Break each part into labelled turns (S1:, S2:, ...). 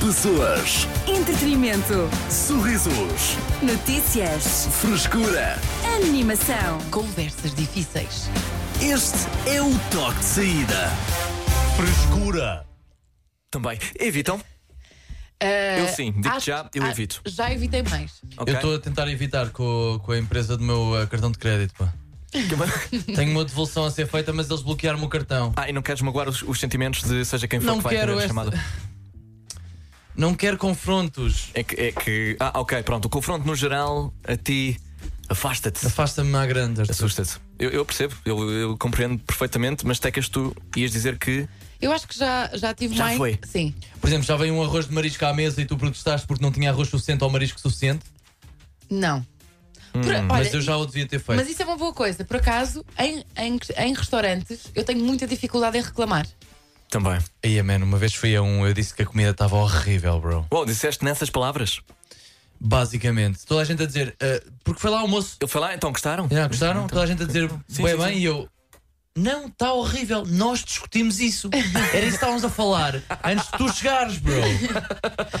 S1: Pessoas,
S2: Entretenimento.
S1: sorrisos,
S2: Notícias.
S1: frescura.
S2: Animação.
S3: Conversas difíceis.
S1: Este é o toque de saída. Frescura.
S4: Também. Evitam? Eu sim, digo-te já, eu evito.
S3: Ah, Já evitei mais.
S4: Ok.
S5: Eu estou a tentar evitar com, com a empresa do meu eh, cartão de crédito. Pá. Tenho uma devolução a ser feita, mas eles bloquearam-me o cartão.
S4: Ah, e não queres magoar os, os sentimentos de seja quem for
S5: Não
S4: que vai
S5: quero
S4: ter a
S5: esta-
S4: chamada?
S5: Não quero confrontos.
S4: É que, é que- Ah, ok, pronto. O confronto no geral, a ti, afasta-te.
S5: Afasta-me à grande. Arthur.
S4: Assusta-te. Eu, eu percebo, eu, eu compreendo perfeitamente, mas tecas tu ias dizer que.
S3: Eu acho que já, já tive
S4: Já
S3: mais.
S4: foi?
S3: Sim.
S5: Por exemplo, já veio um arroz de marisco à mesa e tu protestaste porque não tinha arroz suficiente ou marisco suficiente,
S3: Não.
S4: Hum,
S3: Por- olha,
S5: mas eu já o devia ter feito.
S3: mas isso é uma boa coisa. Por acaso, em, em, em restaurantes, eu tenho muita dificuldade em reclamar.
S4: Também.
S5: Ia, man, uma vez fui a um, eu disse que a comida estava horrível, bro.
S4: Uau, disseste nessas palavras.
S5: Basicamente, toda a gente a dizer, "Ah, porque foi lá o almoço.
S4: Eu falei, ah, então gostaram?
S5: Já, gostaram? Toda a gente a dizer,
S4: Sim,
S5: bem,
S4: sim,
S5: bem,
S4: sim.
S5: e eu. Não, está horrível. Nós discutimos isso. Era isso que estávamos a falar antes de tu chegares, bro.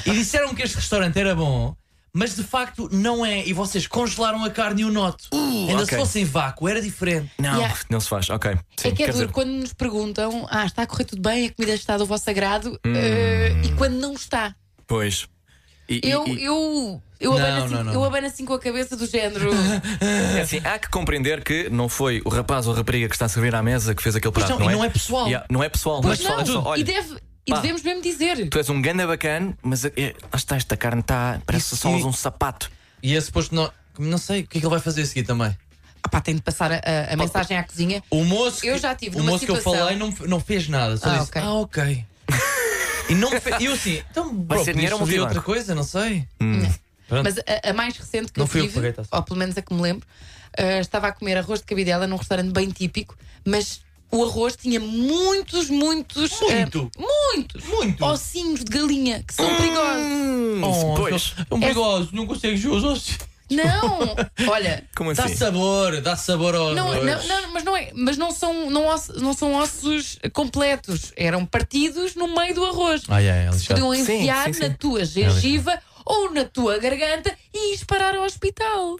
S5: E disseram que este restaurante era bom, mas de facto não é. E vocês congelaram a carne e o noto. Ainda
S4: ok.
S5: se fosse em vácuo, era diferente.
S4: Não,
S3: Yeah.
S4: não se faz. Ok. Sim,
S3: é que é duro
S4: quer dizer,
S3: quando nos perguntam: ah, está a correr tudo bem, a comida está do vosso agrado,
S4: Hum.
S3: eh, e quando não está.
S4: Pois. E- e-
S3: Eu,
S4: e-
S3: eu, eu,
S5: Não,
S3: abano assim,
S5: não, não.
S3: eu abano assim com a cabeça do género.
S4: É assim, há que compreender que não foi o rapaz ou a rapariga que está a servir à mesa que fez aquele
S5: Pois
S4: prato.
S5: não,
S4: não
S5: e
S4: é?
S5: não é pessoal.
S4: Yeah, não é pessoal,
S3: Pois
S4: não é pessoal, é só,
S3: não,
S4: olha,
S3: e, deve, e
S4: pá.
S3: devemos mesmo dizer.
S4: tu és um ganda bacana, mas é, é, lá está, esta carne está, parece
S5: Isso,
S4: só
S5: e-
S4: um sapato.
S5: E é suposto não. Não sei o que é que ele vai fazer a seguir também.
S3: Ah pá, tem de passar a, a- a mensagem à cozinha.
S5: O moço. que-
S3: Eu já tive
S5: O
S3: numa
S5: moço que eu
S3: situação-
S5: falei não, não fez nada. Só
S3: Ah,
S5: disse,
S3: ok.
S5: ah, ok. e não fe... eu assim, então, bro,
S4: ser
S5: podias
S4: dinheiro ou
S5: fazer outra
S4: multibanco?
S5: coisa, não sei. Hum.
S3: Né?
S5: Pronto.
S3: Mas a, a mais recente que
S5: Não
S3: eu
S5: fui eu que
S3: tive,
S5: paguei, tá certo.
S3: ou pelo menos a que me lembro, ah, estava a comer arroz de cabidela num restaurante bem típico, mas o arroz tinha muitos, muitos. ah,
S5: Muito?
S3: muitos!
S5: Muito.
S3: Ossinhos de galinha, que são perigosos.
S4: Hum,
S5: Oh,
S4: pois,
S5: É um perigoso, não consegues os ossos.
S3: Não! Olha.
S4: como
S5: Dá
S4: assim?
S5: sabor, dá sabor ao
S3: Não,
S5: arroz.
S3: não, não, mas não é, mas não são, não, osso- não são ossos completos, eram partidos no meio do arroz.
S5: Ai, ai, é
S3: que se
S5: lixado.
S3: podiam
S4: Sim, sim,
S3: enfiar
S4: sim.
S3: na tua gengiva ou na tua garganta e ires parar ao hospital.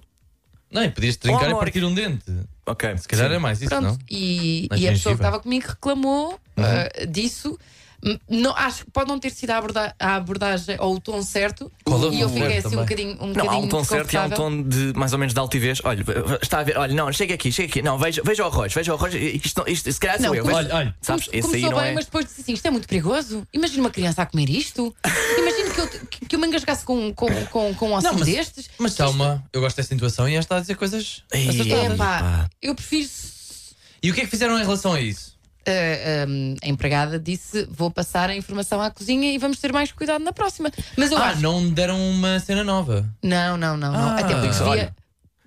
S5: Não, e podias trincar
S4: Oh,
S5: e
S4: amor.
S5: partir um dente.
S4: Ok,
S5: Se calhar
S4: sim.
S5: é mais isso,
S3: Pronto,
S5: não?
S3: e, e a
S5: Na gengiva.
S3: pessoa que estava comigo reclamou
S4: Uhum.
S3: ah, disso. M- Não, acho que pode não ter sido a, aborda- a abordagem ou o tom certo.
S5: Qual é o
S3: e eu
S5: tom
S3: fiquei assim
S5: certo
S3: um
S5: também?
S3: bocadinho, um
S4: Não, há
S3: bocadinho
S4: um tom certo e há um
S3: desconfortável.
S4: tom de mais ou menos de altivez. Olha, está a ver, olha, não, chega aqui, chega aqui, não, veja, veja o arroz, veja o arroz, isto, não- isto se calhar sou
S3: Não,
S4: eu.
S3: come-
S5: Olha, olha.
S4: sabes,
S3: Come-
S4: esse aí
S3: começou
S4: não
S3: bem,
S4: é.
S3: mas depois disse assim: isto é muito perigoso. Imagina uma criança a comer isto. Imagina que eu, que, que eu me engasgasse com, com, com, com um ossinho destes.
S5: Mas calma, eu gosto dessa intuação e esta está a dizer coisas
S4: Ei,
S5: acertadas.
S3: É pá,
S4: Pá.
S3: eu prefiro
S5: E o que é que fizeram em relação a isso?
S3: a, um, a empregada disse: Vou passar a informação à cozinha e vamos ter mais cuidado na próxima. Mas eu
S5: Ah,
S3: acho.
S5: não deram uma cena nova.
S3: Não, não, não. não.
S5: Ah.
S3: Até porque devia-
S4: Olha.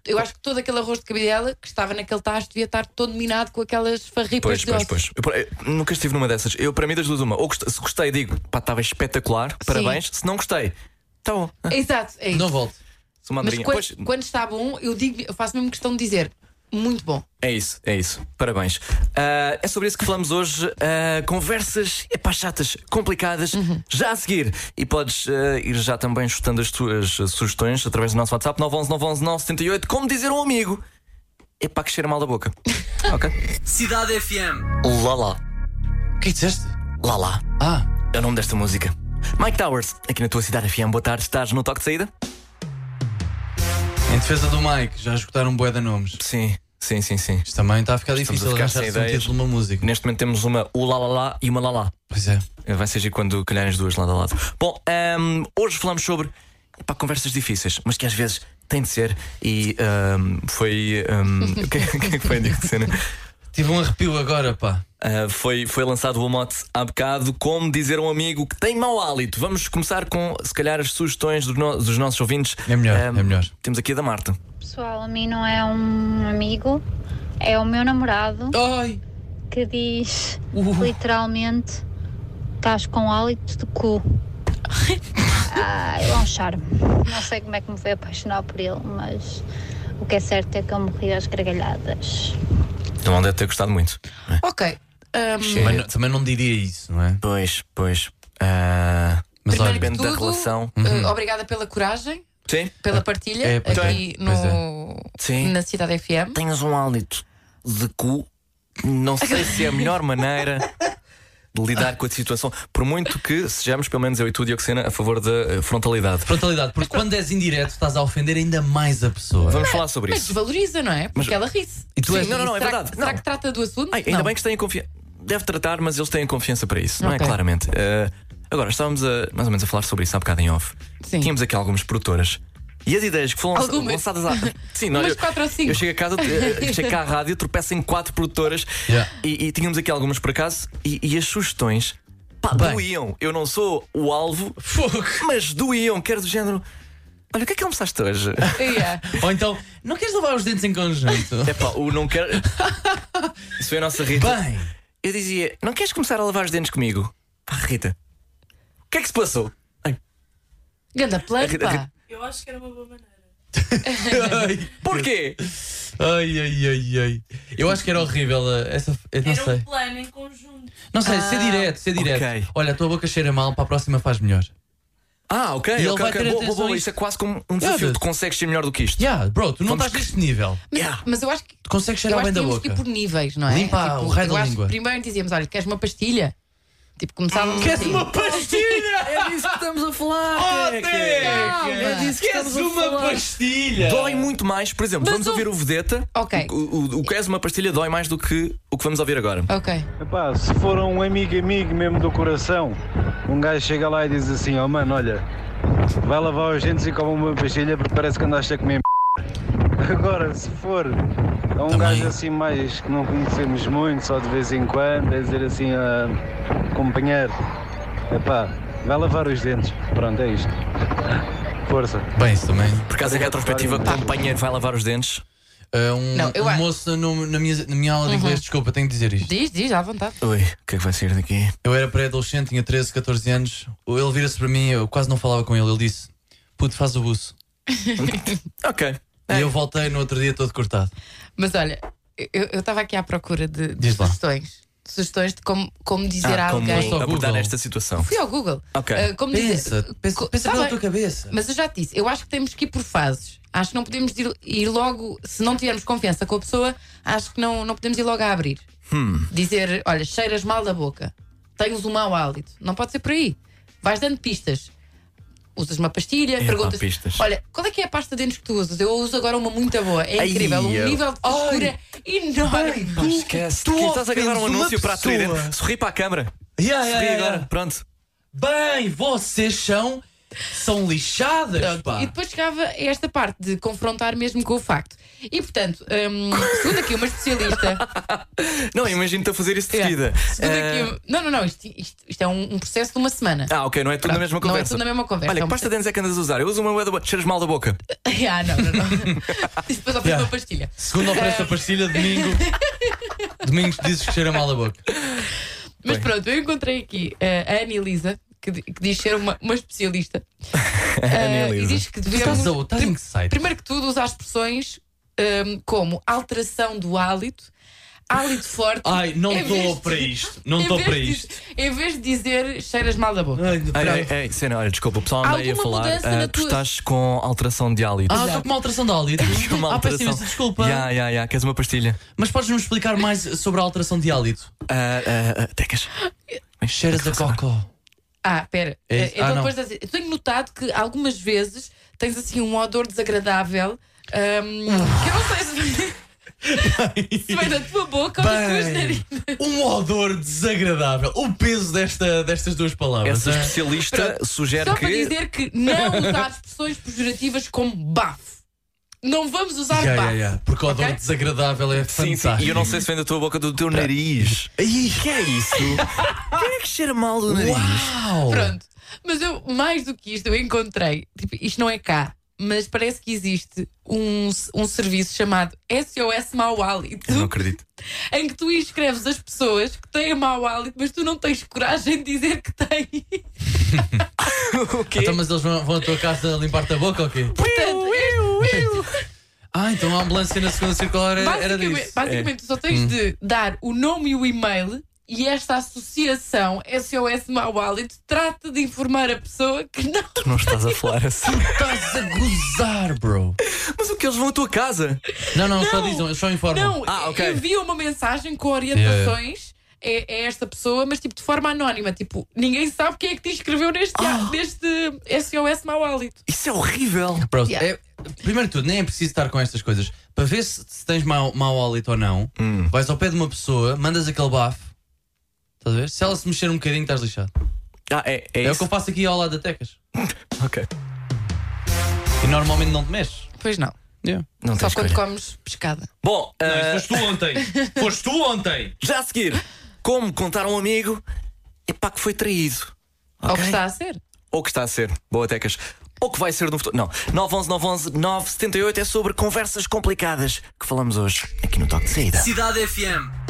S3: Eu acho que todo aquele arroz de cabidela que estava naquele tacho devia estar todo minado com aquelas farripas
S4: Pois,
S3: de
S4: pois,
S3: ossos.
S4: pois. Eu, por- eu nunca estive numa dessas. Eu, para mim, das duas, uma. Ou gost- se gostei, digo, pá, estava espetacular, parabéns. Se não gostei, está bom. Ah,
S3: Exato, é isso.
S5: Não volto.
S4: Sou uma
S3: Mas
S4: andorinha.
S3: quando,
S4: Pois,
S3: quando está bom, eu, digo, eu faço mesmo questão de dizer: Muito bom.
S4: É isso, é isso. Parabéns. Ah, é sobre isso que falamos hoje. Ah, conversas epá, chatas, complicadas, já a seguir. E podes ah, ir já também chutando as tuas ah, sugestões através do nosso WhatsApp 911 911 978. Como dizer a um amigo? É para que cheira mal da boca. ok?
S1: Cidade FM.
S4: Lala,
S5: O que é que disseste?
S4: Lala.
S5: Ah,
S4: É o nome desta música. Mike Towers, aqui na tua cidade FM. Boa tarde, estás no toque de saída?
S5: em defesa do Mike, já esgotaram bué de nomes.
S4: Sim, sim, sim, sim.
S5: Isto também está a ficar difícil
S4: a ficar
S5: arranjar
S4: sem
S5: sentido
S4: ideias.
S5: de uma música.
S4: Neste momento temos uma Ulalala e uma Lala.
S5: Pois é.
S4: Vai ser giro quando calharem as duas lado a lado. Bom, ahm, hoje falamos sobre epá, conversas difíceis, mas que às vezes tem de ser. E ahm, foi. ahm, o que, o que é que foi Diogo Sena?
S5: Tive um arrepio agora, pá.
S4: Ah, foi, foi lançado o Amote há bocado. Como dizer a um amigo que tem mau hálito? Vamos começar com, se calhar, as sugestões do no- dos nossos ouvintes.
S5: É melhor,
S4: Ahm,
S5: é melhor.
S4: Temos aqui a da Marta.
S6: Pessoal, a mim não é um amigo, é o meu namorado
S5: Ai!
S6: que diz
S5: Uh.
S6: literalmente: estás com hálito de cu. Ai, é um charme. Não sei como é que me foi apaixonar por ele, mas o que é certo é que eu morri às gargalhadas.
S4: Ele não deve ter gostado muito.
S3: Ok. hum,
S5: Também, não- também não diria isso, não é?
S4: Pois, pois. Ah,
S5: Mas
S3: Primeiro
S5: olha,
S3: que
S4: depende da relação. Uhum. Ah,
S3: eh, obrigada pela coragem,
S4: Sim.
S3: pela partilha
S5: É, pois
S3: aqui
S5: é,
S3: no,
S5: pois
S4: Sim.
S3: na Cidade FM.
S4: Tens um hálito de cu, não sei se é a melhor maneira de lidar com a situação, por muito que sejamos, pelo menos eu e tu, Dioxena, a favor da eh, frontalidade.
S5: frontalidade, porque quando és indireto estás a ofender ainda mais a pessoa.
S4: Vamos falar sobre
S3: Mas
S4: isso.
S3: desvaloriza, não é? Porque ela ri-se.
S4: E tu és- Não, não, não, é
S3: Será que-
S4: verdade.
S3: Será
S4: Não.
S3: que trata do assunto?
S4: Ai, ainda
S3: Não.
S4: bem que eles têm confiança. Deve tratar, mas eles têm confiança para isso, não é?
S3: Ok.
S4: Claramente. Eh, agora, estávamos a, mais ou menos a falar sobre isso há bocado em off.
S3: Sim.
S4: Tínhamos aqui algumas produtoras. E as ideias que foram lança-
S3: Algumas.
S4: lançadas há. Sim, não,
S3: Umas
S4: eu,
S3: quatro ou cinco.
S4: eu chego a casa, eh, chego cá à rádio, tropeço em quatro produtoras
S5: Yeah.
S4: e, e tínhamos aqui algumas por acaso e, e as sugestões pá,
S5: Bem.
S4: doíam. Eu não sou o alvo,
S5: Fogo.
S4: mas doíam, quer do género. Olha, o que é que almoçaste hoje?
S3: Yeah.
S5: Ou então, não queres lavar os dentes em conjunto?
S4: É pá, o não quero. Isso foi a nossa Rita.
S5: Bem,
S4: Eu dizia: Não queres começar a lavar os dentes comigo? Pá, Rita, o que é que se passou? É
S3: Ganda plano,
S4: Rita-
S3: pá.
S4: Rita-
S7: Eu acho que era uma boa maneira.
S5: ai,
S4: Porquê?
S5: ai, ai, ai, ai. Eu acho que era horrível eh, essa. Eu não
S7: Era um
S5: sei.
S7: plano em conjunto.
S5: Não sei, ser
S3: Ah.
S5: direto, ser direto.
S4: Ok.
S5: Olha, a tua boca cheira mal, para a próxima faz melhor.
S4: Ah, ok,
S5: ele
S4: ok,
S5: vai
S4: ok.
S5: ter
S4: Boa, boa,
S5: atenção
S4: boa.
S5: a
S4: Isso é quase como um desafio. Tu
S5: Yeah.
S4: consegues ser melhor do que isto.
S5: Yeah, bro, tu não
S4: Vamos
S5: estás neste nível.
S3: Mas,
S4: Yeah.
S3: mas eu acho que.
S5: Tu consegues
S3: Eu
S5: cheirar
S3: acho
S5: bem
S3: que
S5: da
S3: temos
S5: boca.
S3: que ir por níveis, não é?
S5: Limpa o raio
S3: eu
S5: da
S3: acho que
S5: língua.
S3: Primeiro dizíamos: olha, queres uma pastilha? Tipo, começávamos assim.
S5: pastilha?
S4: É disso que estamos a falar.
S5: Oh, Teca!
S4: É disso que
S5: Queres
S4: estamos a
S5: uma
S4: falar.
S5: pastilha?
S4: Dói muito mais, por exemplo,
S3: Mas
S4: vamos
S3: o-
S4: ouvir o Vedeta.
S3: Ok.
S4: O, o, o que és uma pastilha dói mais do que o que vamos ouvir agora.
S3: Ok.
S8: Epá, se for um amigo amigo mesmo do coração, um gajo chega lá e diz assim, oh mano, olha, vai lavar os dentes e come uma pastilha porque parece que andaste a comer m****." Agora, se for a um gajo assim mais que não conhecemos muito, só de vez em quando, é dizer assim, ah, companheiro, epá, vai lavar os dentes. Pronto, é isto. Força.
S5: Bem, isso também.
S4: Por causa da retrospectiva,
S3: Tá.
S4: o companheiro vai lavar os dentes.
S5: Uh, um
S3: Não, eu
S5: um
S3: acho- Uhum.
S5: moço no- na, minha, na minha aula de inglês, desculpa, tenho que dizer isto.
S3: Diz, diz, à vontade.
S4: Ui, o que é que vai sair daqui?
S5: Eu era pré-adolescente, tinha 13, 14 anos. Ele vira-se para mim, eu quase não falava com ele. Ele disse: Puto, faz o buço.
S4: Ok.
S5: E eu voltei no outro dia todo cortado.
S3: Mas olha, eu eu estava aqui à procura de, de
S5: Diz lá.
S3: sugestões. Sugestões de como, como dizer a
S4: Ah, como
S3: alguém.
S5: Foste ao
S4: abordar
S5: Google.
S4: esta situação.
S3: Fui ao Google.
S4: Ok.
S3: Ah, como
S5: Pensa,
S3: dizer.
S5: pensa,
S3: co-
S5: pensa
S3: tá
S5: pela
S3: bem.
S5: tua cabeça.
S3: Mas eu já te disse, eu acho que temos que ir por fases. Acho que não podemos ir, ir logo, se não tivermos confiança com a pessoa, acho que não, não podemos ir logo a abrir.
S4: Hum.
S3: Dizer, olha, cheiras mal da boca, tens um mau hálito. Não pode ser por aí. Vais dando pistas. Usas uma pastilha,
S4: Epá,
S3: perguntas.
S4: pistas.
S3: Olha, qual é que é a pasta de dentes que tu usas? Eu uso agora uma muito boa. É
S4: Ai,
S3: incrível, um
S4: eu-
S3: nível de textura enorme.
S4: Não esquece.
S5: tu
S4: Tu estás a gravar um
S5: ofendes uma
S4: anúncio para atrair.
S5: pessoa.
S4: Sorri para a câmara.
S5: Yeah, yeah,
S4: Sorri
S5: yeah,
S4: agora.
S5: yeah.
S4: Pronto.
S5: Bem, vocês são, são lixadas,
S3: Pronto,
S5: pá.
S3: E depois chegava a esta parte de confrontar mesmo com o facto. E portanto, hum, segundo aqui uma especialista.
S4: Não, imagino-te a fazer isso de
S3: É.
S4: seguida.
S3: Segundo
S4: Eh,
S3: aqui- Não, não, não, isto, isto- isto é um, um processo de uma semana.
S4: Ah, ok, não é tudo na mesma
S3: Não é
S4: conversa.
S3: tudo na mesma conversa. É
S4: Olha, que
S3: um
S4: pasta de dentes é que andas a usar? Eu uso uma moeda boa. Cheiras mal da boca.
S3: ah, não, não, não. E depois oferece
S5: Yeah.
S3: uma pastilha.
S5: Segunda oferece a pastilha, domingo. Domingos dizes que cheira mal a boca.
S3: Mas
S4: Bem.
S3: pronto, eu encontrei aqui eh, a Ana Elisa, que, di- que diz ser uma, uma especialista. Eh,
S4: Elisa.
S3: e diz que devemos.
S5: Estás, a, estás em que site?
S3: Primeiro que tudo, usar expressões ehm, como alteração do hálito, hálito forte.
S5: Ai, não
S3: em vez
S5: estou
S3: de-
S5: para isto. Não
S3: em
S5: estou
S3: vez
S5: para
S3: de-
S5: isto.
S3: Em vez de dizer cheiras mal da boca.
S5: Ai,
S4: Ei, ei,
S5: pronto.
S4: ei, cena, olha, desculpa, o pessoal anda aí a
S3: Alguma
S4: falar.
S3: mudança
S4: ah,
S3: na
S4: tu
S3: tua-
S4: estás com alteração de hálito.
S5: Ah, estou com uma alteração de hálito.
S4: Com uma
S5: Ah, peço
S4: alteração.
S5: imensa desculpa.
S4: Ya, ya, ya, queres uma pastilha?
S5: Mas podes-nos explicar mais sobre a alteração de hálito?
S4: Ah, ah, ah, tecas. Bem,
S5: Cheiras a cocó.
S3: Ah, pera.
S5: É
S3: Eh,
S5: isso?
S3: então
S5: Ah, não.
S3: depois das- eu tenho notado que algumas vezes tens assim um odor desagradável. ahm, que eu não sei se vem, se vem da tua boca ou das tuas narinas.
S5: um odor desagradável. O peso desta, destas duas palavras.
S4: Essa
S5: é?
S4: especialista sugere
S3: Só
S4: que.
S3: para dizer que não usar expressões pejorativas como bafo. Não vamos usar
S5: Ya,
S3: bafo.
S5: ya, ya, Porque o odor
S3: Ok?
S5: desagradável é
S4: Sim, sim,
S5: fantástico.
S4: e eu não sei se vem da tua boca do teu nariz.
S5: Ih,
S4: que é isso? Quem é que cheira mal do nariz?
S5: Uau!
S3: Pronto. Mas eu, mais do que isto, eu encontrei. Tipo, isto não é cá. Mas parece que existe um, um serviço chamado SOS Mau Hálito.
S4: Eu não acredito.
S3: em que tu inscreves as pessoas que têm mau hálito, mas tu não tens coragem de dizer que têm.
S4: o quê?
S5: Então, mas eles vão, vão à tua casa limpar-te a boca ou quê?
S3: Portanto,
S5: Ah, então a ambulância na segunda circular era, É. era
S3: basicamente,
S5: disso.
S3: basicamente tu só tens de dar o nome e o e-mail. E E esta associação SOS Mau Hálito trata de informar a pessoa que não.
S5: Tá
S4: Não estás a falar assim.
S5: Estás a gozar, bro.
S4: Mas o que eles vão à tua casa?
S5: Não, não, só dizem, eles só informam.
S3: Não,
S4: Ah, ok.
S3: envia uma mensagem com orientações a, a esta pessoa, mas tipo de forma anónima. Tipo, ninguém sabe quem é que te escreveu neste, neste SOS Mau Hálito.
S4: Isso é horrível.
S5: Bro,
S3: Yeah.
S5: é- primeiro de tudo, nem é preciso estar com estas coisas. Para ver se, se tens mau, mau hálito ou não,
S4: Hum.
S5: vais ao pé de uma pessoa, mandas aquele bafo. Estás a ver? Se ela se mexer um bocadinho, estás lixado.
S4: Ah, é, é,
S5: É, o
S4: isso?
S5: que eu faço aqui ao lado da Tecas.
S4: Ok.
S5: E normalmente não te mexes.
S3: Pois não.
S4: Não
S3: Só
S4: tens
S3: quando
S4: escolha.
S3: comes pescada.
S4: Bom, ah,
S5: Foste tu ontem. Foste tu ontem.
S4: já a seguir, como contar a um amigo epá, que foi traído.
S3: Ou
S4: Ok?
S3: que está a ser.
S4: Ou que está a ser. Boa, Tecas. Ou que vai ser no futuro. Não. 911 911 978 é sobre conversas complicadas que falamos hoje aqui no Toque de Saída.
S1: Cidade FM.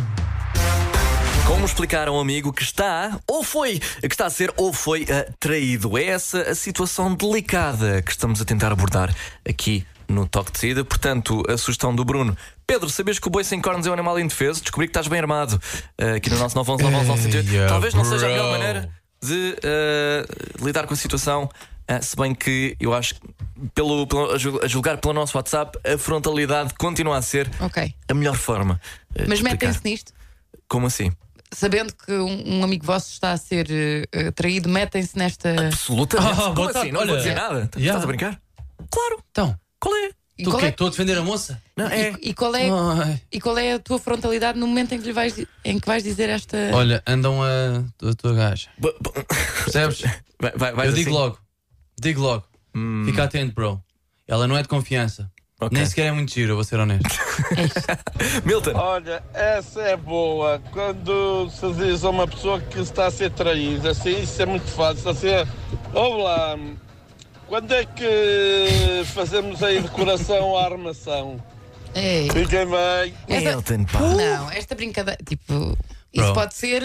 S4: Como explicar a um amigo que está, ou foi, que está a ser, ou foi ah, traído? É essa a situação delicada que estamos a tentar abordar aqui no Toque de Saída. Portanto, a sugestão do Bruno. Pedro, sabias que o boi sem cornos é um animal indefeso? Descobri que estás bem armado ah, aqui no nosso 911
S5: Eia,
S4: Talvez não seja a melhor
S5: bro.
S4: maneira de ah, lidar com a situação. ah, se bem que eu acho, que, pelo, pelo- a jul- a julgar pelo nosso WhatsApp, a frontalidade continua a ser
S3: Ok.
S4: a melhor forma. ah, de
S3: Mas
S4: explicar.
S3: metem-se nisto.
S4: Como assim?
S3: Sabendo que um, um amigo vosso está a ser eh, eh, traído, metem-se nesta.
S4: Absolutamente.
S5: Ah,
S4: Como
S5: boa
S4: assim?
S5: tarde.
S4: Não vou
S5: Olha, É.
S4: dizer nada.
S5: yeah.
S4: Estás a brincar? Claro.
S5: Então,
S4: Qual é?
S3: E
S5: tu o
S3: qual
S5: quê?
S3: é-
S5: Estou a defender a moça?
S4: Não,
S3: e-
S4: é.
S3: E, qual é,
S5: Ai.
S3: e qual é a tua frontalidade no momento em que, lhe vais, di- em que vais dizer esta.
S5: Olha, andam a, a tua gaja.
S4: B- b-
S5: Percebes?
S4: Vai, vai,
S5: Eu
S4: vais assim?
S5: digo
S4: Hum.
S5: logo. Digo logo. Fica atento, bro. Ela não é de confiança.
S4: Ok.
S5: Nem sequer é muito giro, eu vou ser honesto.
S4: Milton.
S9: Olha, essa é boa. Quando se diz a uma pessoa que está a ser traída, assim, isso é muito fácil. Assim, é, olá, quando é que fazemos a decoração à armação?
S3: Ei.
S9: Fiquem bem.
S3: Essa-
S4: Milton, pá.
S3: Não, esta brincadeira. Tipo, isso
S5: Bro.
S3: pode ser.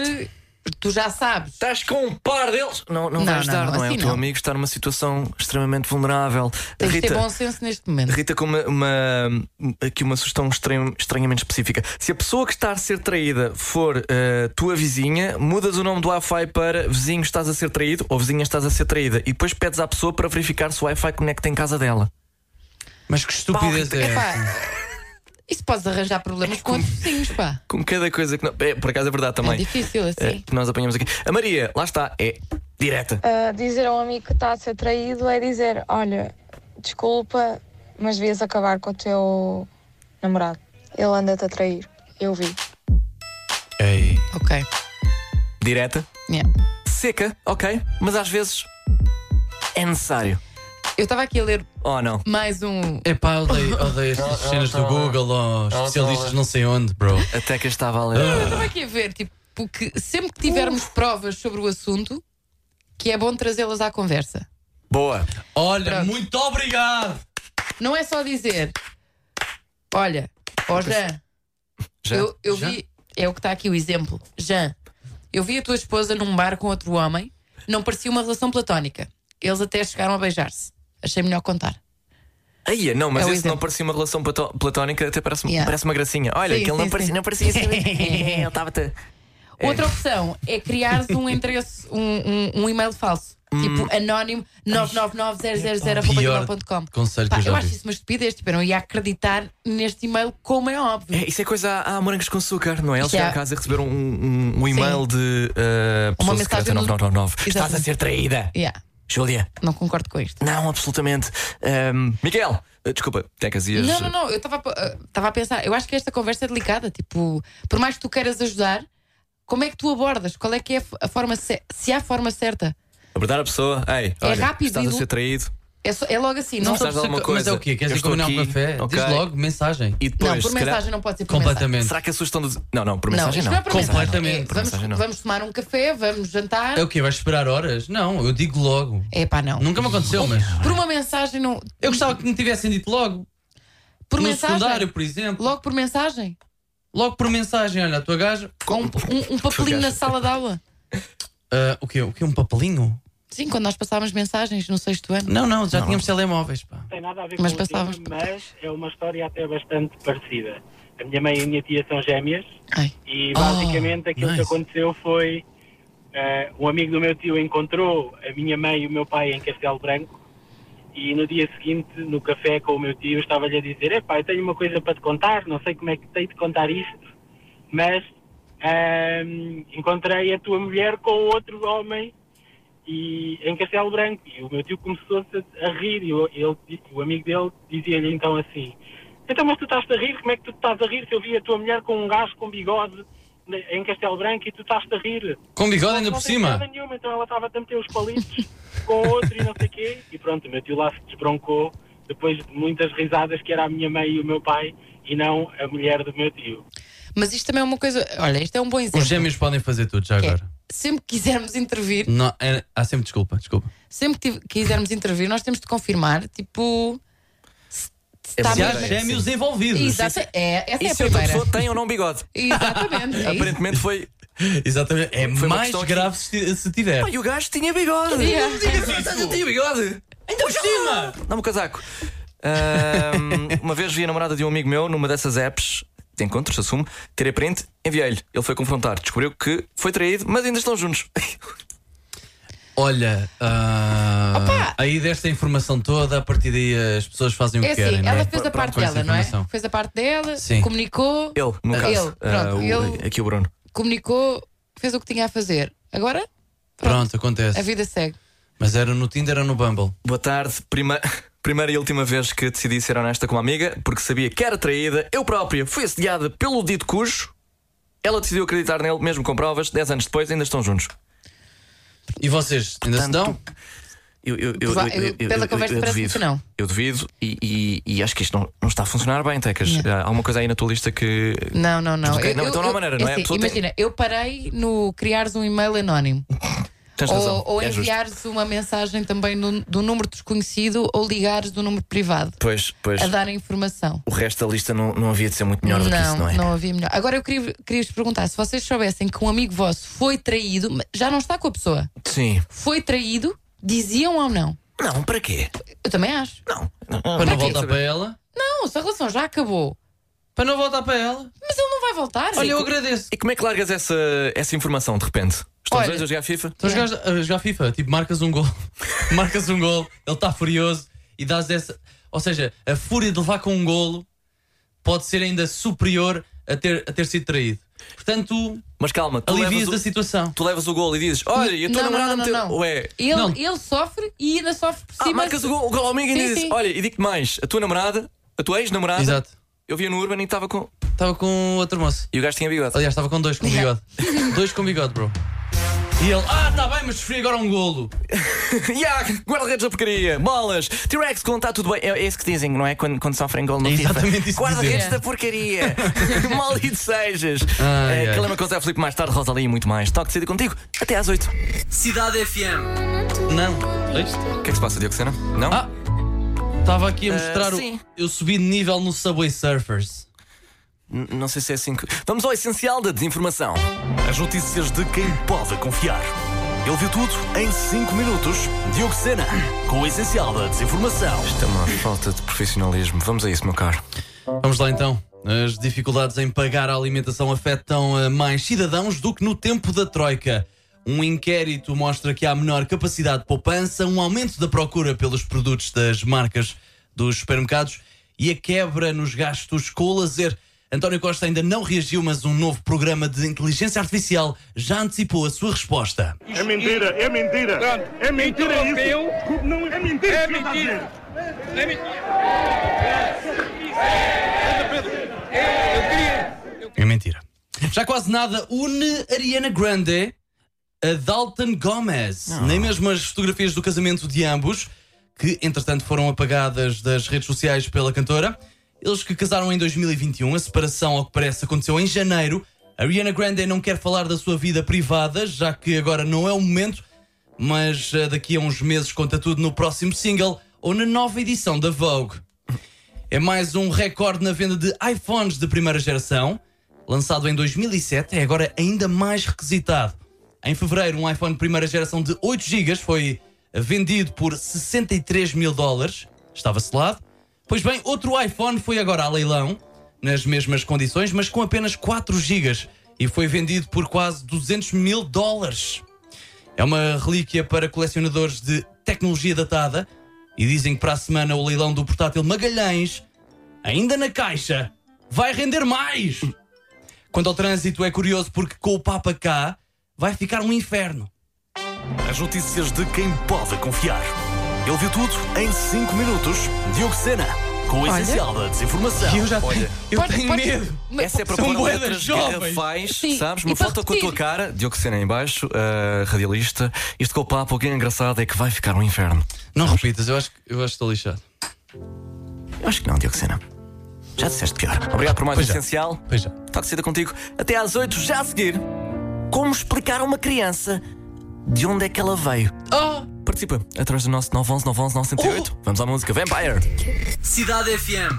S3: Tu já sabes.
S4: Estás com um par deles. Não, não,
S3: Não,
S4: vais
S3: não,
S4: estar, não,
S3: não,
S4: é?
S3: assim
S4: o teu
S3: não.
S4: amigo está numa situação extremamente vulnerável.
S3: Tens de ter
S4: Rita,
S3: bom senso neste momento.
S4: Rita com uma, uma- aqui uma sugestão estranho- estranhamente específica. Se a pessoa que está a ser traída for eh, tua vizinha, mudas o nome do Wi-Fi para vizinho estás a ser traído ou vizinha estás a ser traída e depois pedes à pessoa para verificar se o Wi-Fi conecta em casa dela.
S5: Mas que estupidez é
S3: Pá,
S5: essa?
S3: isso pode arranjar problemas com outros vizinhos, pá.
S4: Com cada coisa que. Não... É, por acaso é verdade também.
S3: É difícil
S4: eh,
S3: assim.
S4: que nós apanhamos aqui. A Maria, lá está, é direta.
S10: Uh, dizer a um amigo que está a ser traído é dizer: Olha, desculpa, mas devias acabar com o teu namorado. Ele anda-te a trair. Eu vi.
S5: Ei.
S3: Ok.
S4: Direta.
S3: Yeah.
S4: Seca, ok, mas às vezes é necessário.
S3: Eu estava aqui a ler
S4: Oh não.
S3: mais um.
S5: Epá, odeio, odeio estas cenas do Google ou especialistas não sei onde, bro.
S4: Até que eu estava a ler.
S3: Eu estava aqui a ver, tipo, porque sempre que tivermos provas sobre o assunto, que é bom trazê-las à conversa.
S4: Boa.
S5: Olha,
S3: Pronto.
S5: muito obrigado!
S3: Não é só dizer, olha, ó Jean,
S4: Já.
S3: eu, eu vi, é o que está aqui o exemplo. Jean, eu vi a tua esposa num bar com outro homem, não parecia uma relação platónica. Eles até chegaram a beijar-se. Achei melhor contar.
S4: Aí, não, mas
S3: É o
S4: esse não
S3: exemplo.
S4: parecia uma relação plató- platónica, até parece,
S3: Yeah.
S4: parece uma gracinha. Olha,
S3: Sim,
S4: aquele não
S3: sim,
S4: parecia,
S3: sim.
S4: não parecia assim. Ele estava-te.
S3: Outra opção é criares um endereço, um, um, um e-mail falso.
S5: Hum.
S3: Tipo, anónimo 999
S5: É Conselho que
S3: Pá,
S5: eu
S3: eu
S5: já
S3: acho
S5: vi.
S3: isso uma estupidez, tipo, eu não ia acreditar neste e-mail, como é óbvio.
S4: É, isso é coisa a, morangos com açúcar, não é? Eles
S3: Já.
S4: chegaram a casa e receberam um, um, um e-mail de uh, pessoa
S3: Uma mensagem
S4: secreta
S3: do-
S4: 9999. Estás a
S3: Exatamente.
S4: ser traída,
S3: Yeah,
S4: Júlia.
S3: não concordo com isto.
S4: Não, absolutamente. Ahm, Miguel, eh, desculpa, Tecas ias.
S3: Não, não, não, eu estava a- estava a pensar, eu acho que esta conversa é delicada, tipo, por mais que tu queiras ajudar, como é que tu abordas? Qual é que é a f- a forma, ce- se há a forma certa?
S4: Abordar a pessoa. Ei,
S3: É
S4: olha,
S3: rápido
S4: estás a
S3: e-
S4: ser traído.
S3: É, só- é logo assim, não,
S4: Não sabes
S5: Mas
S4: alguma coisa?
S5: é o quê?
S4: Eu
S5: Queres ir
S4: estou
S5: combinar
S4: aqui,
S5: um café?
S4: ok.
S5: Diz logo, mensagem.
S4: E
S3: não,
S4: depois,
S3: por
S4: se calhar-
S3: mensagem não pode ser por mensagem.
S5: Completamente.
S4: será que a sugestão do. Não, não, por
S3: Não,
S4: mensagem
S3: isto
S4: não.
S3: não é por mensagem.
S5: Completamente.
S3: É,
S4: Por
S3: vamos,
S4: mensagem não.
S3: vamos tomar um café, vamos jantar.
S5: É o quê? Vais esperar horas? Não, eu digo logo.
S3: É pá, não.
S5: Nunca me aconteceu, mas.
S3: Por uma mensagem, não.
S5: Eu gostava que me tivessem dito logo.
S3: Por
S5: no
S3: mensagem?
S5: secundário, por exemplo.
S3: Logo por mensagem?
S5: Logo por mensagem, olha, a tua gaja.
S3: Com um, um- um papelinho na sala de aula?
S5: Ah, o quê? O quê? Um papelinho?
S3: Sim, quando nós passávamos mensagens no sexto ano.
S5: Não, não, já tínhamos telemóveis, pá.
S11: tem nada a ver
S3: Mas
S11: com o
S3: pensávamos-
S11: tema, mas é uma história até bastante parecida. A minha mãe e a minha tia são gêmeas
S3: Ai.
S11: e
S5: Oh,
S11: basicamente aquilo que
S5: nice.
S11: aconteceu foi eh, um amigo do meu tio encontrou a minha mãe e o meu pai em Castelo Branco e no dia seguinte, no café com o meu tio, estava-lhe a dizer, epá, eu tenho uma coisa para te contar, não sei como é que tenho de contar isto, mas ahm, encontrei a tua mulher com outro homem e em Castelo Branco. E o meu tio começou-se a- a rir e o- ele- o amigo dele dizia-lhe então assim: Então, mas tu estás a rir? Como é que tu estás a rir se eu vi a tua mulher com um gajo com bigode ne- em Castelo Branco e tu estás a rir?
S5: Com bigode
S11: "Não,
S5: ainda
S11: não
S5: por
S11: tem
S5: cima."
S11: piada nenhuma, então ela estava a meter os palitos com outro e não sei o quê. E pronto, o meu tio lá se desbroncou depois de muitas risadas que era a minha mãe e o meu pai e não a mulher do meu tio.
S3: Mas isto também é uma coisa. Olha, isto é um bom exemplo.
S5: Os gêmeos podem fazer tudo já
S3: Que é,
S5: agora.
S3: sempre que quisermos intervir,
S5: Não, é- há sempre desculpa, desculpa.
S3: sempre que tive- quisermos intervir, nós temos de confirmar, tipo. Se, se
S4: É
S3: está
S5: Se há
S4: bem.
S3: mesmo-
S5: gêmeos envolvidos.
S3: Exato, é, essa é
S4: E
S3: a
S4: se outra
S3: primeira.
S4: pessoa tem ou não bigode?
S3: Exatamente. é isso.
S4: Aparentemente foi.
S5: Exatamente. É
S4: Foi uma
S5: mais
S4: questão aqui.
S5: grave se, se tiver.
S4: Pai, o gajo tinha bigode!
S3: Yeah.
S4: Eu tinha bigode!
S5: Ainda por cima!
S4: Dá-me o casaco. Ahm, uma vez vi a namorada de um amigo meu numa dessas apps de encontros, assumo, tirei print, enviei-lhe. Ele foi confrontar, descobriu que foi traído, mas ainda estão juntos.
S5: Olha, ah,
S3: Opa!
S5: aí desta informação toda, a partir daí as pessoas fazem o que
S3: É
S5: querem.
S3: assim,
S5: não
S3: ela
S5: é?
S3: fez a
S5: Pronto,
S3: parte
S5: com esta
S3: dela, não é?
S5: informação.
S3: Fez a parte dela,
S5: Sim.
S3: comunicou,
S4: Ele, no
S3: Ele,
S4: caso.
S3: pronto,
S4: Ah, o-
S3: ele-
S4: Aqui o Bruno.
S3: comunicou, fez o que tinha a fazer. Agora,
S5: Pronto,
S3: a
S5: acontece.
S3: vida segue.
S5: Mas era no Tinder ou no Bumble?
S4: Boa tarde. Prima... Primeira e última vez que decidi ser honesta com uma amiga, porque sabia que era traída, eu própria fui assediada pelo dito cujo. Ela decidiu acreditar nele, mesmo com provas, 10 anos depois ainda estão juntos.
S5: E vocês ainda se dão?
S4: Eu, eu, eu,
S3: Vá,
S4: eu-
S3: eu-
S4: eu-
S3: pela
S4: eu- eu-
S3: conversa
S4: eu
S3: parece-me
S4: duvido.
S3: que não.
S4: Eu duvido e, e- e acho que isto não, não está a funcionar bem, Tecas. Há alguma coisa aí na tua lista que.
S3: Não, não, não.
S4: Mas, ok, não, então não há maneira, não é? A
S3: assim,
S4: pessoa tem-
S3: imagina, eu parei no criares um e-mail anónimo.
S4: Tens razão.
S3: ou ou
S4: é justo.
S3: enviares uma mensagem também no- do número desconhecido ou ligares do número privado
S4: Pois, pois.
S3: a dar a informação.
S4: O resto da lista não, não havia de ser muito melhor do que isso, não é?
S3: havia melhor. Agora eu queria, queria vos perguntar: se vocês soubessem que um amigo vosso foi traído, mas já não está com a pessoa,
S4: Sim.
S3: foi traído, diziam ou não?
S4: Não, para quê?
S3: Eu também acho.
S4: Não. não,
S5: Para
S4: não
S5: não
S4: quero
S5: voltar
S4: saber.
S5: para ela?
S3: Não, se a relação já acabou,
S5: Para não voltar para ela?
S3: mas ele não vai voltar.
S5: Olha, eu
S3: Sim,
S5: agradeço.
S4: E como é que largas essa, essa informação de repente? Estão os
S3: Olha.
S4: dois a jogar FIFA?
S5: Então yeah. jogas a jogar FIFA, tipo, marcas um gol, marcas um gol, ele está furioso e dás essa. Ou seja, a fúria de levar com um golo pode ser ainda superior a ter, a ter sido traído. Portanto,
S4: Mas calma, tu
S5: alivias
S4: levas,
S5: da
S4: o,
S5: situação.
S4: tu levas o gol e dizes: Olha, e a tua
S3: Não, não,
S4: namorada
S3: não,
S4: meteu.
S3: não.
S4: Ué.
S3: ele,
S5: Não.
S3: ele sofre e ainda sofre por
S4: Ah,
S3: cima.
S4: marcas o gol, o gol ao amigo e
S3: Sim,
S4: dizes:
S3: sim.
S4: Olha, e digo-te mais, a tua namorada, a tua ex-namorada,
S5: Exato.
S4: eu via no Urban e estava com.
S5: Estava com outro moço.
S4: E o gajo tinha bigode.
S5: Aliás, estava com dois com bigode. dois com bigode, bro. E ele, ah, tá bem, mas sofri agora um golo.
S4: Ya, guarda-redes da porcaria, bolas, T-Rex, quando está tudo bem. É, é isso que dizem, não é? Quando, quando sofrem gol no
S5: É
S4: FIFA.
S5: exatamente isso que
S4: Guarda-redes
S5: dizem.
S4: da porcaria, maldito sejas.
S5: Ai,
S4: é,
S5: ai.
S4: Calama com o Zé Filipe mais tarde, Rosalie e muito mais. Toque de saída contigo, até às 8.
S1: Cidade FM.
S5: Não.
S4: O que é que se passa, Diogo Sena? Não?
S5: Ah, Estava aqui a
S4: Ah,
S5: mostrar
S4: sim.
S5: o. Eu subi de nível no Subway Surfers.
S4: N- Não sei se é assim que. Vamos ao essencial da desinformação.
S1: As notícias de quem pode confiar. Ele viu tudo em 5 minutos. Diogo Sena, com o essencial da desinformação.
S4: Isto é uma falta de profissionalismo. Vamos a isso, meu caro.
S5: Vamos lá então. As dificuldades em pagar a alimentação afetam eh, mais cidadãos do que no tempo da Troika. Um inquérito mostra que há menor capacidade de poupança, um aumento da procura pelos produtos das marcas dos supermercados e a quebra nos gastos com o lazer. António Costa ainda não reagiu, mas um novo programa de inteligência artificial já antecipou a sua resposta.
S12: É mentira, é mentira. É mentira
S9: Então,
S12: isso.
S9: eu-
S12: Desculpe, não é mentira.
S9: É
S12: isso que está a
S9: mentira.
S12: dizer.
S9: É mentira.
S12: É.
S9: Anda, Pedro. Eu queria.
S5: É mentira. Já quase nada une Ariana Grande a Dalton Gomez. Nem mesmo as fotografias do casamento de ambos, que entretanto foram apagadas das redes sociais pela cantora. Eles que casaram em 2021, a separação, ao que parece, aconteceu em janeiro. Ariana Grande não quer falar da sua vida privada, já que agora não é o momento, mas eh, daqui a uns meses conta tudo no próximo single ou na nova edição da Vogue. É mais um recorde na venda de iPhones de primeira geração. Lançado em 2007, é agora ainda mais requisitado. Em fevereiro, um iPhone de primeira geração de 8 GB foi vendido por 63 mil dólares. Estava selado. Pois bem, outro iPhone foi agora a leilão. nas mesmas condições, mas com apenas 4 gigas e foi vendido por quase 200 mil dólares. É uma relíquia para colecionadores de tecnologia datada e dizem que para a semana o leilão do portátil Magalhães, ainda na caixa, vai render mais. Quanto ao trânsito, é curioso porque com o Papa cá vai ficar um inferno.
S1: As notícias de quem pode confiar. Ele viu tudo em 5 minutos. Diogo Sena, com o
S4: Olha.
S1: essencial da desinformação.
S4: Eu já-
S1: Olha,
S5: eu Pode- tenho pode- medo. mas-
S4: Essa é para
S5: São
S4: pôr
S5: boedas
S4: letras
S5: jovens.
S4: garrafais,
S5: Sim,
S4: sabes?
S5: e
S4: Uma
S5: para
S4: foto com a tua
S5: repetir.
S4: cara, Diogo Sena em baixo, eh, radialista. Isto com o papo, o que é engraçado é que vai ficar um inferno.
S5: Não repitas, eu acho, eu acho que estou lixado.
S4: Eu acho que não, Diogo Sena. Já disseste pior. Obrigado por mais um essencial.
S5: Pois já.
S4: Está de contigo. Até às 8, já a seguir. Como explicar a uma criança de onde é que ela veio?
S3: Oh,
S4: Participa através do nosso 911 911 908. Vamos à música Vampire. Cidade FM.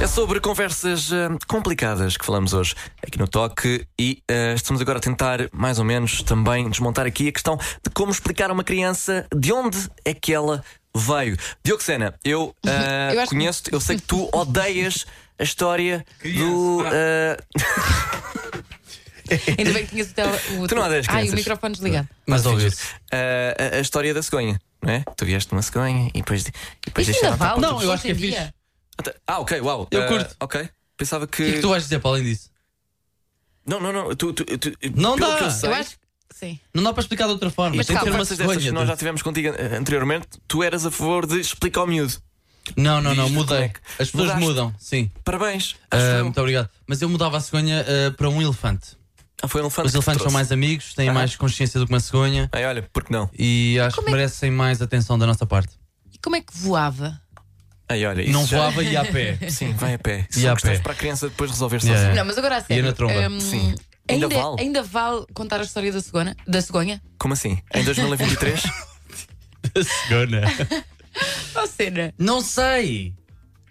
S4: É sobre conversas eh, complicadas que falamos hoje aqui no Toque e eh, estamos agora a tentar, mais ou menos, também desmontar aqui a questão de como explicar a uma criança de onde é que ela veio. Diogo Sena, eu, eh,
S3: Eu acho que-
S4: conheço-te, eu sei que tu odeias a história do. eh,
S3: Ainda bem que tinhas o, tele, o,
S4: Tu não há dez
S3: Ai, o
S4: crianças.
S3: microfone desligado.
S5: Mas ouviu
S4: a, a história da cegonha, não é? Tu vieste numa cegonha e depois, e depois tá
S3: Isto ainda
S4: deixaram-te à
S3: vale?
S4: porta.
S5: Não, eu acho que é
S3: Hoje em
S5: fixe.
S3: dia.
S4: Ah, ok, uau.
S5: Eu
S4: eh,
S5: curto.
S4: Ok. Pensava que.
S5: O que é que tu vais dizer para além disso?
S4: Não, não, não. Tu, tu, tu,
S5: Não
S4: pelo
S5: dá.
S4: que eu sei,
S3: Eu acho que. Sim.
S5: Não dá para explicar de outra forma.
S4: Mas
S5: tem
S4: tem
S5: que ter uma
S4: conversas dessas que
S5: cegonha.
S4: nós já tivemos contigo eh, anteriormente, tu eras a favor de explicar ao miúdo.
S5: Não, não, não,
S4: Diz-te como
S5: mudei.
S4: é que-
S5: As pessoas
S4: Mudaste.
S5: mudam, sim.
S4: Parabéns.
S5: Ah,
S4: Acho que foi um-
S5: muito obrigado. Mas eu mudava a cegonha ah, para um elefante.
S4: Ah, foi um elefante.
S5: Os
S4: que te
S5: elefantes são
S4: trouxe.
S5: mais amigos, têm
S4: Aham.
S5: mais consciência do que uma cegonha
S4: Ai, olha, porque não?
S5: e acho
S3: é
S5: que merecem mais atenção da nossa parte.
S3: E como é que voava?
S4: Ai, olha,
S5: Não
S4: isso já-
S5: voava e ia a pé.
S4: Sim, vai a pé.
S5: Ia
S4: São
S5: a
S4: questões
S5: pé.
S4: para a criança depois resolver
S5: Yeah.
S4: sozinha.
S3: Não, mas agora a
S4: Ia
S3: sério.
S4: na tromba.
S3: hum,
S4: Sim. Ainda
S3: Ainda,
S4: vale?
S3: vale. ainda vale contar a história da cegonha? Da cegonha?
S4: Como assim? Em 2023?
S5: Cegona.
S3: Ou cena?
S5: Não sei.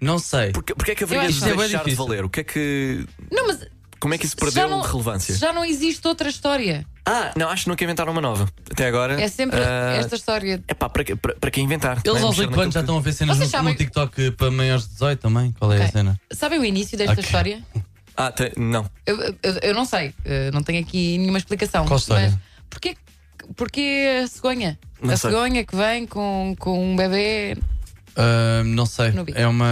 S5: Não sei.
S4: Porquê, porquê é que
S3: Eu
S4: haveria
S3: acho
S4: de
S3: que-
S5: Isto é
S4: deixar de
S5: bem difícil.
S4: valer? O que é que.
S3: Não, mas
S4: Como é que isso
S3: se já
S4: perdeu
S3: não-
S4: relevância?
S3: se já não existe outra história.
S4: Ah, não, acho que nunca inventaram uma nova. Até agora.
S3: É sempre esta história.
S4: É pá, para, que- para, para quem inventar? não é?
S5: Eles aos
S4: Mexer
S5: 8 anos
S4: naquilo
S5: já estão a ver cenas no,
S3: Vocês sabem-
S5: no TikTok para maiores de 18 também. Qual é a
S3: Ok.
S5: cena?
S3: Sabem o início desta
S5: Ok.
S3: história?
S4: que- Ah, tem- não.
S3: Eu, eu- eu não sei, eh, não tenho aqui nenhuma explicação.
S5: Qual história?
S3: Mas porquê, porquê a cegonha?
S4: Não
S3: a
S4: sei.
S3: cegonha que vem com, com um bebê.
S5: Ah, não sei.
S3: Não vi.
S5: É uma.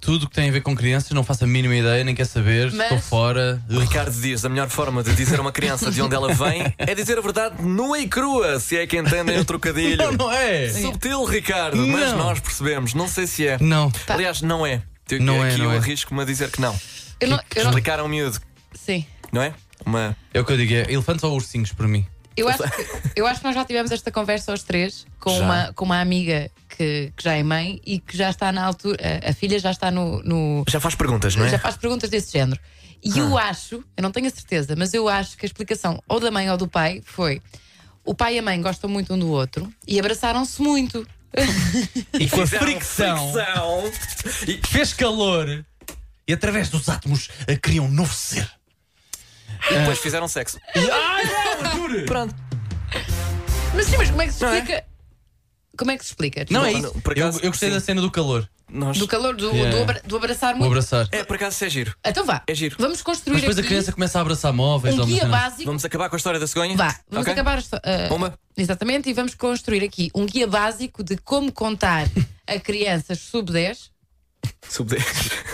S5: Tudo que tem a ver com crianças, não faço a mínima ideia, nem quero saber.
S3: Mas-
S5: Estou fora.
S4: O Ricardo diz: a melhor forma de dizer a uma criança de onde ela vem é dizer a verdade nua e crua, se é que entendem o trocadilho.
S5: Não, não é.
S4: Subtil, Ricardo, mas
S5: Não.
S4: nós percebemos. Não sei se é.
S5: Não.
S3: Tá.
S4: Aliás, não é. Eu-
S5: Não é,
S4: aqui
S5: não
S4: eu
S5: é.
S4: arrisco-me a dizer que não.
S3: Eu não, eu não,
S4: Explicar ao miúdo,
S3: sim.
S4: não é? Uma.
S5: É o que eu digo, é elefantes ou ursinhos para mim.
S3: Eu acho, que, eu acho que nós já tivemos esta conversa aos três com,
S4: Já.
S3: uma, com uma amiga que, que já é mãe e que já está na altura. A, a filha já está no. no-
S4: Já faz perguntas, não é?
S3: já faz perguntas desse género. E eu
S5: Ah.
S3: acho, eu não tenho a certeza, mas eu acho que a explicação ou da mãe ou do pai foi: o pai e a mãe gostam muito um do outro e abraçaram-se muito.
S5: E com a
S4: Fizeram
S5: fricção,
S4: fricção. E
S5: fez calor e através dos átomos eh, criam um novo ser.
S4: depois fizeram sexo.
S5: É. Ai não, Arthur!
S4: Pronto.
S3: Mas sim, mas como é que se
S4: Não é?
S3: explica? Como é que se explica?
S5: Não
S4: Não,
S5: é
S4: não,
S5: isso.
S4: por
S5: eu,
S4: acaso,
S5: eu gostei
S4: sim.
S5: da cena do calor.
S4: Nós.
S3: Do calor, do,
S5: Yeah.
S3: do, abra- do abraçar
S5: Vou
S3: muito.
S5: abraçar.
S4: É, por acaso, isso é giro.
S3: Então vá,
S4: É giro.
S3: vamos construir
S5: Mas depois a
S3: aqui
S5: criança começa a abraçar móveis ou
S3: um
S5: uma
S3: guia
S5: cena.
S3: básico.
S4: Vamos acabar com a história da cegonha?
S3: Vá, vamos
S4: Ok?
S3: acabar esta. ah,
S4: Bomba.
S3: Exatamente, e vamos construir aqui um guia básico de como contar a crianças sub-10.
S4: Subde-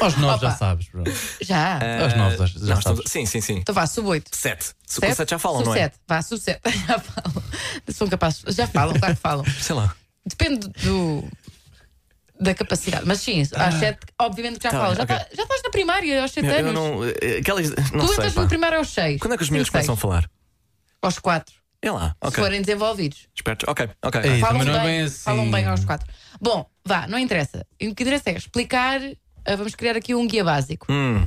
S5: Aos nove já
S3: Opa.
S5: sabes, bro.
S3: Já.
S5: Aos nove já, já
S4: Não,
S5: sabes.
S4: estamos- Sim, sim, sim.
S3: Então vá, sub-8.
S4: Sete. Se- Com sete já falam, não é?
S3: Vá, sub-7. Já falam. São capazes. Já falam, claro que falam.
S4: Sei lá.
S3: Depende do. Da capacidade, mas sim, às 7, obviamente que já
S4: Ah. Tá
S3: falam.
S4: bem,
S3: Já,
S4: ok.
S3: tá- já estás na primária aos 7
S4: Eu,
S3: anos.
S4: não. eh, Aquelas. Não
S3: Então tu
S4: sei.
S3: entras
S4: pá.
S3: no primeiro aos 6.
S4: Quando é que os miúdos começam a falar?
S3: Aos 4,
S4: É lá.
S3: se
S4: Ok.
S3: forem desenvolvidos.
S4: Espertos. Ok, ok.
S5: Ei,
S3: falam
S5: também não é
S3: bem,
S5: bem assim.
S3: falam bem aos quatro. Bom, vá, não interessa. O que interessa é explicar. ah, Vamos criar aqui um guia básico.
S4: Hum.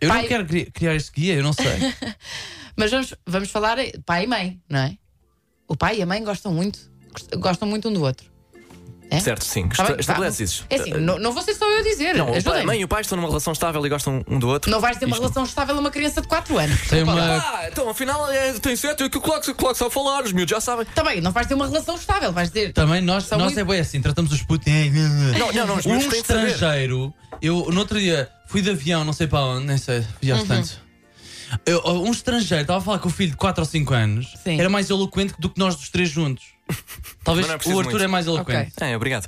S5: Eu não
S3: Pai-
S5: quero cri- criar este guia, eu não sei.
S3: Mas vamos, vamos falar eh, pai e mãe, não é? O pai e a mãe gostam muito, gost- gostam muito um do outro.
S4: Certo, sim.
S3: Tá
S4: Esta-
S3: bem?
S4: Estabelece
S3: Vá.
S4: isso. Eh,
S3: É assim, não, não vou ser só eu a dizer.
S4: Não, o pai- a
S5: é
S3: Ajudem-me.
S4: mãe e o pai estão numa relação estável e gostam um do outro.
S3: Não vais ter uma
S4: Isto-
S3: relação estável a uma criança de 4 anos.
S4: Tem
S3: Desculpa
S4: uma-
S3: lá.
S4: Ah, então afinal é, tem certo, eu que o coloco, coloco só a falar, os miúdos já sabem.
S3: Tá bem, não vais ter uma relação estável, vais ter.
S5: Também nós,
S3: São
S5: nós
S3: muito-
S5: é bem assim, tratamos os putos.
S4: Não, não, não, os
S5: um
S4: miúdos têm de saber.
S5: estrangeiro, eu no outro dia fui de avião, não sei para onde, nem sei, viajo
S3: Uhum.
S5: tanto. Eu, um estrangeiro estava a falar com o filho de 4 ou 5 anos,
S3: Sim.
S5: era mais eloquente do que nós dos três juntos.
S4: Mas
S5: Talvez
S4: não é
S5: o
S4: preciso
S5: Arthur
S4: muito.
S5: é mais eloquente.
S4: É, obrigado.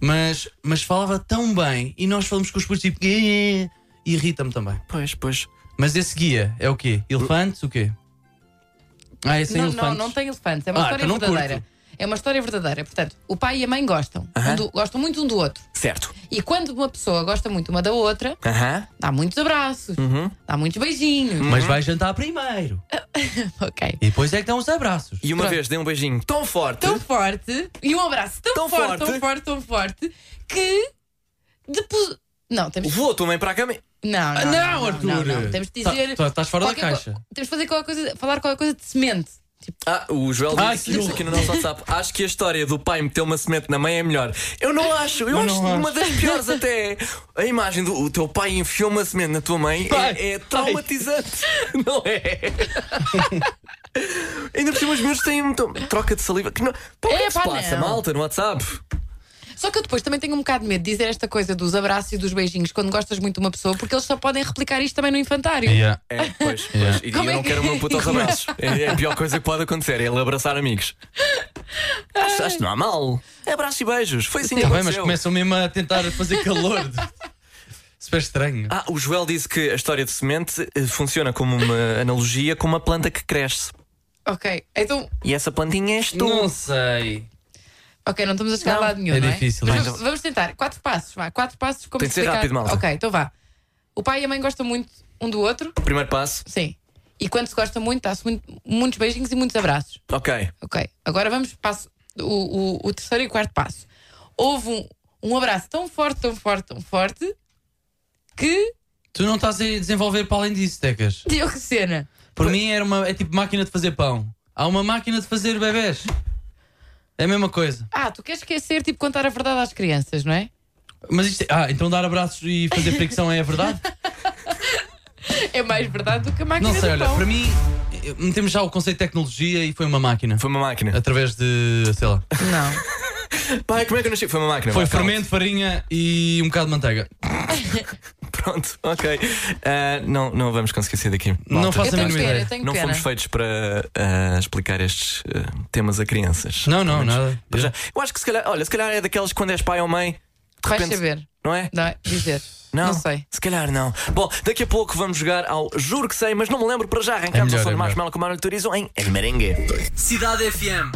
S5: Mas, mas falava tão bem e nós falamos com os putos tipo. "Eh", e Irrita-me também.
S4: Pois, pois.
S5: Mas esse guia é o quê? Elefantes? O quê? Ah, é sem
S3: não, não,
S5: elefantes.
S3: não tem elefantes. É uma
S5: Ah,
S3: história
S5: então não curto.
S3: verdadeira. É uma história verdadeira. Portanto, o pai e a mãe gostam. Um do- gostam muito um do outro.
S4: Certo.
S3: E quando uma pessoa gosta muito uma da outra,
S4: Aham.
S3: dá muitos abraços,
S5: Uhum.
S3: dá muitos beijinhos.
S5: Mas vai jantar primeiro.
S3: Ok.
S5: E depois é que dão os abraços.
S4: E uma vez dei um beijinho tão forte.
S3: Tão forte. E um abraço tão,
S4: Tão
S3: forte,
S4: forte.
S3: tão forte, tão forte, que depois. Não, temos.
S4: Voou também para a cama.
S3: Não, não,
S5: Ah, não, Arthur.
S3: não, não. Temos de
S5: Tá-
S3: dizer.
S5: tá- estás fora da
S3: qualquer
S5: caixa.
S3: co- Temos de fazer qualquer coisa, falar qualquer coisa de semente.
S4: Ah, o Joel
S5: Ah,
S4: disse
S5: que
S4: isso
S5: horror.
S4: aqui no nosso WhatsApp. Acho que a história do pai meter uma semente na mãe é melhor. Eu não acho, eu
S5: Eu
S4: acho,
S5: não
S4: uma
S5: acho.
S4: das piores até. A imagem do o teu pai enfiou uma semente na tua mãe é-
S5: Pai,
S4: é, traumatizante, não é? Ainda por cima os meus têm muito- troca de saliva. Que não, pá, o que é,
S3: É,
S4: que se
S3: pá,
S4: passa,
S3: não.
S4: malta, no WhatsApp?
S3: Só que eu depois também tenho um bocado de medo de dizer esta coisa dos abraços e dos beijinhos quando gostas muito de uma pessoa, porque eles só podem replicar isto também no infantário.
S5: Yeah.
S4: É, pois, pois.
S5: Yeah.
S4: E
S3: Como
S4: eu
S3: é
S4: não
S3: que-
S4: quero o meu puto aos abraços. É, é a pior coisa que pode acontecer, é ele abraçar amigos. Acho, acho que não há mal. É abraço e beijos. Foi assim que
S5: Tá bem, mas
S4: aconteceu.
S5: começam mesmo a tentar fazer calor. Super estranho.
S4: Ah, o Joel disse que a história de semente eh, funciona como uma analogia com uma planta que cresce.
S3: Ok, então,
S4: E essa plantinha és tu.
S5: Não sei.
S3: ok, não estamos a chegar
S4: Não,
S3: a lado nenhum,
S5: é
S3: não
S5: difícil,
S3: Mas
S5: mas-
S3: vamos, vamos tentar. Quatro passos, vá. Quatro passos como
S4: Tem de ser
S3: explicar-
S4: rápido, malta.
S3: Ok, então vá. O pai e a mãe gostam muito um do outro,
S4: Primeiro passo.
S3: sim. E quando se gosta muito, dá-se muito- muitos beijinhos e muitos abraços.
S4: Ok.
S3: Ok, agora vamos passo, o, o- o terceiro e quarto passo. Houve um, um abraço tão forte, tão forte, tão forte que
S5: Tu não estás a desenvolver para além disso, Tecas.
S3: deu que cena.
S5: Por mim era uma, é tipo máquina de fazer pão. Há uma máquina de fazer bebés. É a mesma coisa.
S3: Ah, tu queres esquecer, tipo, contar a verdade às crianças, não é?
S5: Mas isto é, Ah, então dar abraços e fazer fricção é a verdade?
S3: É mais verdade do que a máquina
S5: Não sei,
S3: do
S5: olha,
S3: pão.
S5: para mim eh, metemos já o conceito de tecnologia e foi uma máquina.
S4: Foi uma máquina.
S5: Através de, sei lá.
S3: Não.
S4: Pai, como é que eu nasci? Foi uma máquina.
S5: Foi
S4: vá, calma.
S5: fermento, farinha e um bocado de manteiga.
S4: Pronto, ok. Ah, não, não vamos conseguir sair daqui.
S5: Não
S4: Malta.
S5: faço a
S3: tenho
S5: mínima
S3: pena,
S5: ideia.
S3: eu tenho
S4: Não
S3: pena.
S4: fomos feitos para ah, explicar estes ah, temas a crianças.
S5: Não, não,
S4: Pelo menos é.
S5: nada.
S4: para já. Eu acho que se calhar, olha, se calhar é daquelas que quando és pai ou mãe, de
S3: Vais
S4: repente,
S3: saber.
S4: não é?
S3: Não, dizer. Não sei.
S4: Se calhar não. Bom, daqui a pouco vamos jogar ao Juro que sei, mas não me lembro para já. Arrancamos
S5: É
S4: o som
S5: melhor, é
S4: de
S5: melhor.
S4: Marshmallow com Mário Turizo em El Merengue.
S5: Cidade FM.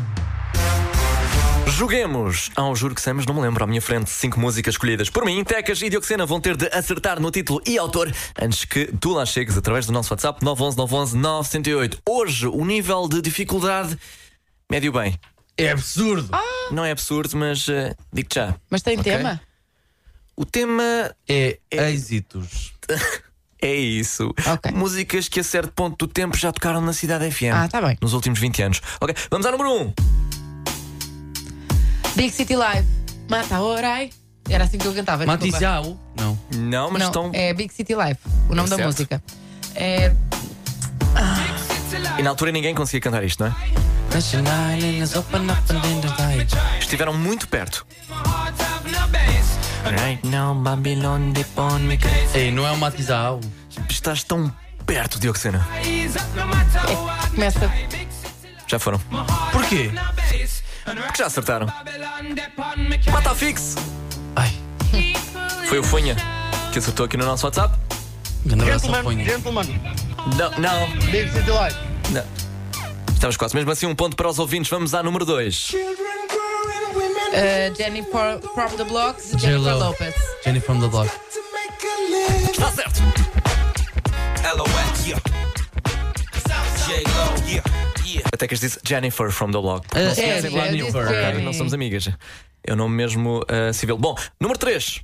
S4: Joguemos ao Juro que sei, mas não me lembro. À minha frente, cinco músicas escolhidas por mim. Tecas e Dioxena vão ter de acertar no título e autor antes que tu lá chegues através do nosso WhatsApp 911 911 908. Hoje, o nível de dificuldade médio bem.
S5: É absurdo.
S4: Não é absurdo, mas eh, digo-te já.
S3: Mas tem
S4: Ok.
S3: tema?
S4: O tema
S5: É êxitos.
S4: É isso.
S3: Ok.
S4: Músicas que a certo ponto do tempo já tocaram na cidade FM.
S3: Ah, tá bem.
S4: Nos últimos 20 anos. Ok, vamos ao número 1. Um.
S3: Big City Live. Mata a orai. Era assim que eu cantava.
S4: Tá
S3: desculpa.
S5: Matizau? Não.
S4: Não, mas
S3: não,
S4: estão.
S3: É Big City Live, o nome da
S4: Certo.
S3: música. É.
S4: E na altura ninguém conseguia cantar isto, não é? Estiveram muito perto. Right now, Babylon, they pawn me.
S5: Ei, não é o Matizau.
S4: Estás tão perto, Dioxena.
S3: é que começa.
S4: Já foram.
S5: Porquê?
S4: Porque já acertaram. Mata fix!
S5: Ai,
S4: Foi o Fonha que acertou aqui no nosso WhatsApp.
S5: grande abraço ao Fonha.
S4: Não, não. Big City Life. Não. Estamos quase. Mesmo assim, um ponto para os ouvintes. Vamos à número 2.
S3: eh, Jenny for- from the Blocks, Jennifer
S5: J.Lo.
S3: Lopez.
S5: Jenny from the Block.
S4: Está certo. Até que as disse Jennifer from the Block.
S5: É,
S4: se conhecem
S3: Jenny,
S4: de lado
S3: eu
S4: nenhum.
S3: disse
S4: Ok,
S3: Jenny.
S4: Não somos amigas. É o nome mesmo ah, civil. Bom, número 3.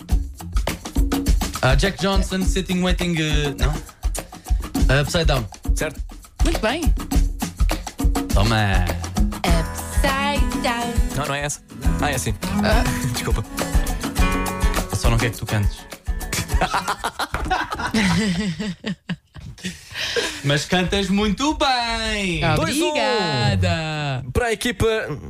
S5: Ah, Jack Johnson, Sitting Waiting. eh, não? Ah, upside Down.
S4: Certo?
S3: Muito bem.
S5: Toma.
S3: Upside
S4: Não, não é essa. Ah, é assim. Desculpa.
S5: Eu só não quero que tu cantes. Mas cantas muito bem!
S4: Dois, um. Para a equipa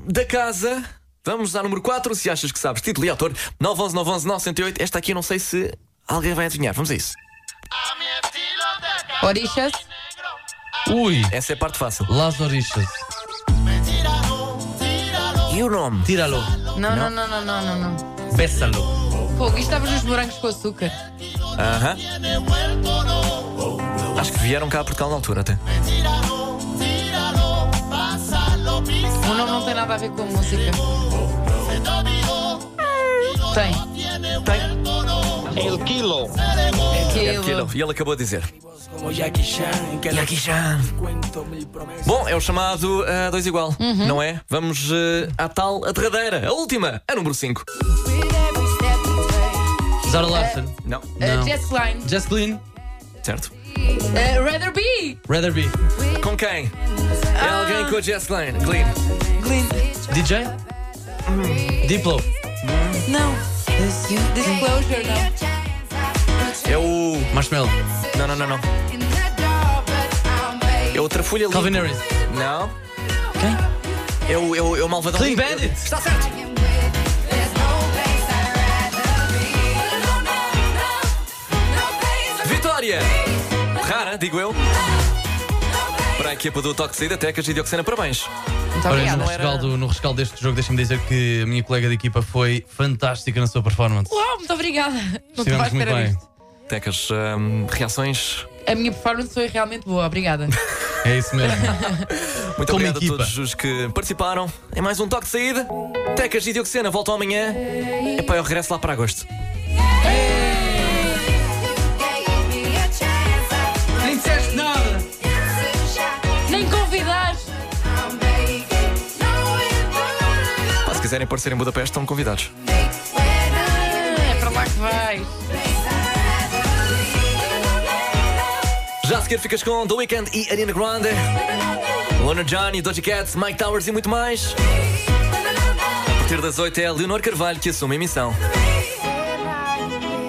S4: da casa, vamos à número 4. Se achas que sabes, título e autor, 911 911 908. Esta aqui eu não sei se alguém vai adivinhar. Vamos a isso.
S3: Orixas.
S5: Ui!
S4: Essa é a parte fácil.
S5: Las Orixas.
S4: E o nome?
S5: Tíralo.
S3: Não, não, não, não, não, não. não.
S5: Bessalo.
S3: Fogo, isto estava nos morangos com açúcar.
S4: Aham. Acho que vieram cá a Portugal na altura até.
S3: O nome não tem nada a ver com a música. Tem.
S9: El Kilo.
S5: É
S3: Aquilo.
S4: Aquilo. E ele acabou de dizer. Jackie Chan. Bom, é o chamado ah, dois igual, não é? Vamos ah, à tal, a derradeira, a última, a número 5.
S3: Eh,
S5: Zara Larson.
S4: Não,
S3: Uh,
S5: Não.
S3: Jess Klein.
S5: É, Jess Glynn.
S4: certo.
S3: Uh, Rather Be.
S5: Rather Be.
S4: Com quem? É alguém com a Jess Klein. Clean.
S5: DJ? Diplo.
S3: Não. Disclosure, não.
S4: É o.
S5: Marshmallow.
S4: Não, não, não, não. É outra folha ali.
S5: Calvin Harris.
S4: Não. Quem? É o, é o, é o malvadão.
S5: Clean
S4: limpo.
S5: Bandit.
S4: Está certo. Vitória! Rara, digo eu. Para a equipa do Toque de Saída, Tecas e Dioxena, parabéns.
S3: Muito
S5: Olha,
S3: obrigada.
S5: no rescaldo, no rescaldo deste jogo, deixa-me dizer que a minha colega de equipa foi fantástica na sua performance.
S3: Uau, muito obrigada. Não te
S5: Estivemos
S3: vais
S5: muito
S3: esperar
S5: bem.
S3: isto.
S4: Tecas, hum, reações?
S3: A minha performance foi realmente boa, obrigada.
S5: É isso mesmo.
S4: Muito
S5: Como
S4: obrigado
S5: equipa.
S4: a todos os que participaram. É mais um Toque de Saída. Tecas e Dioxena voltam amanhã. Epá, eu regresso lá para agosto.
S5: Nem disseste nada!
S3: Nem convidares.
S4: Pá, se quiserem aparecer em Budapeste, estão convidados.
S3: Ah, é para lá que vais.
S4: Já a seguir ficas com The Weeknd e Ariana Grande, Lona Johnny, Doja Cat, Mike Towers e muito mais. A partir das 8 é a Leonor Carvalho que assume a emissão.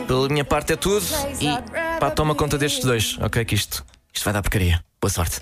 S4: Pela minha parte é tudo e pá, toma conta destes dois, ok? Que isto, isto vai dar porcaria. Boa sorte.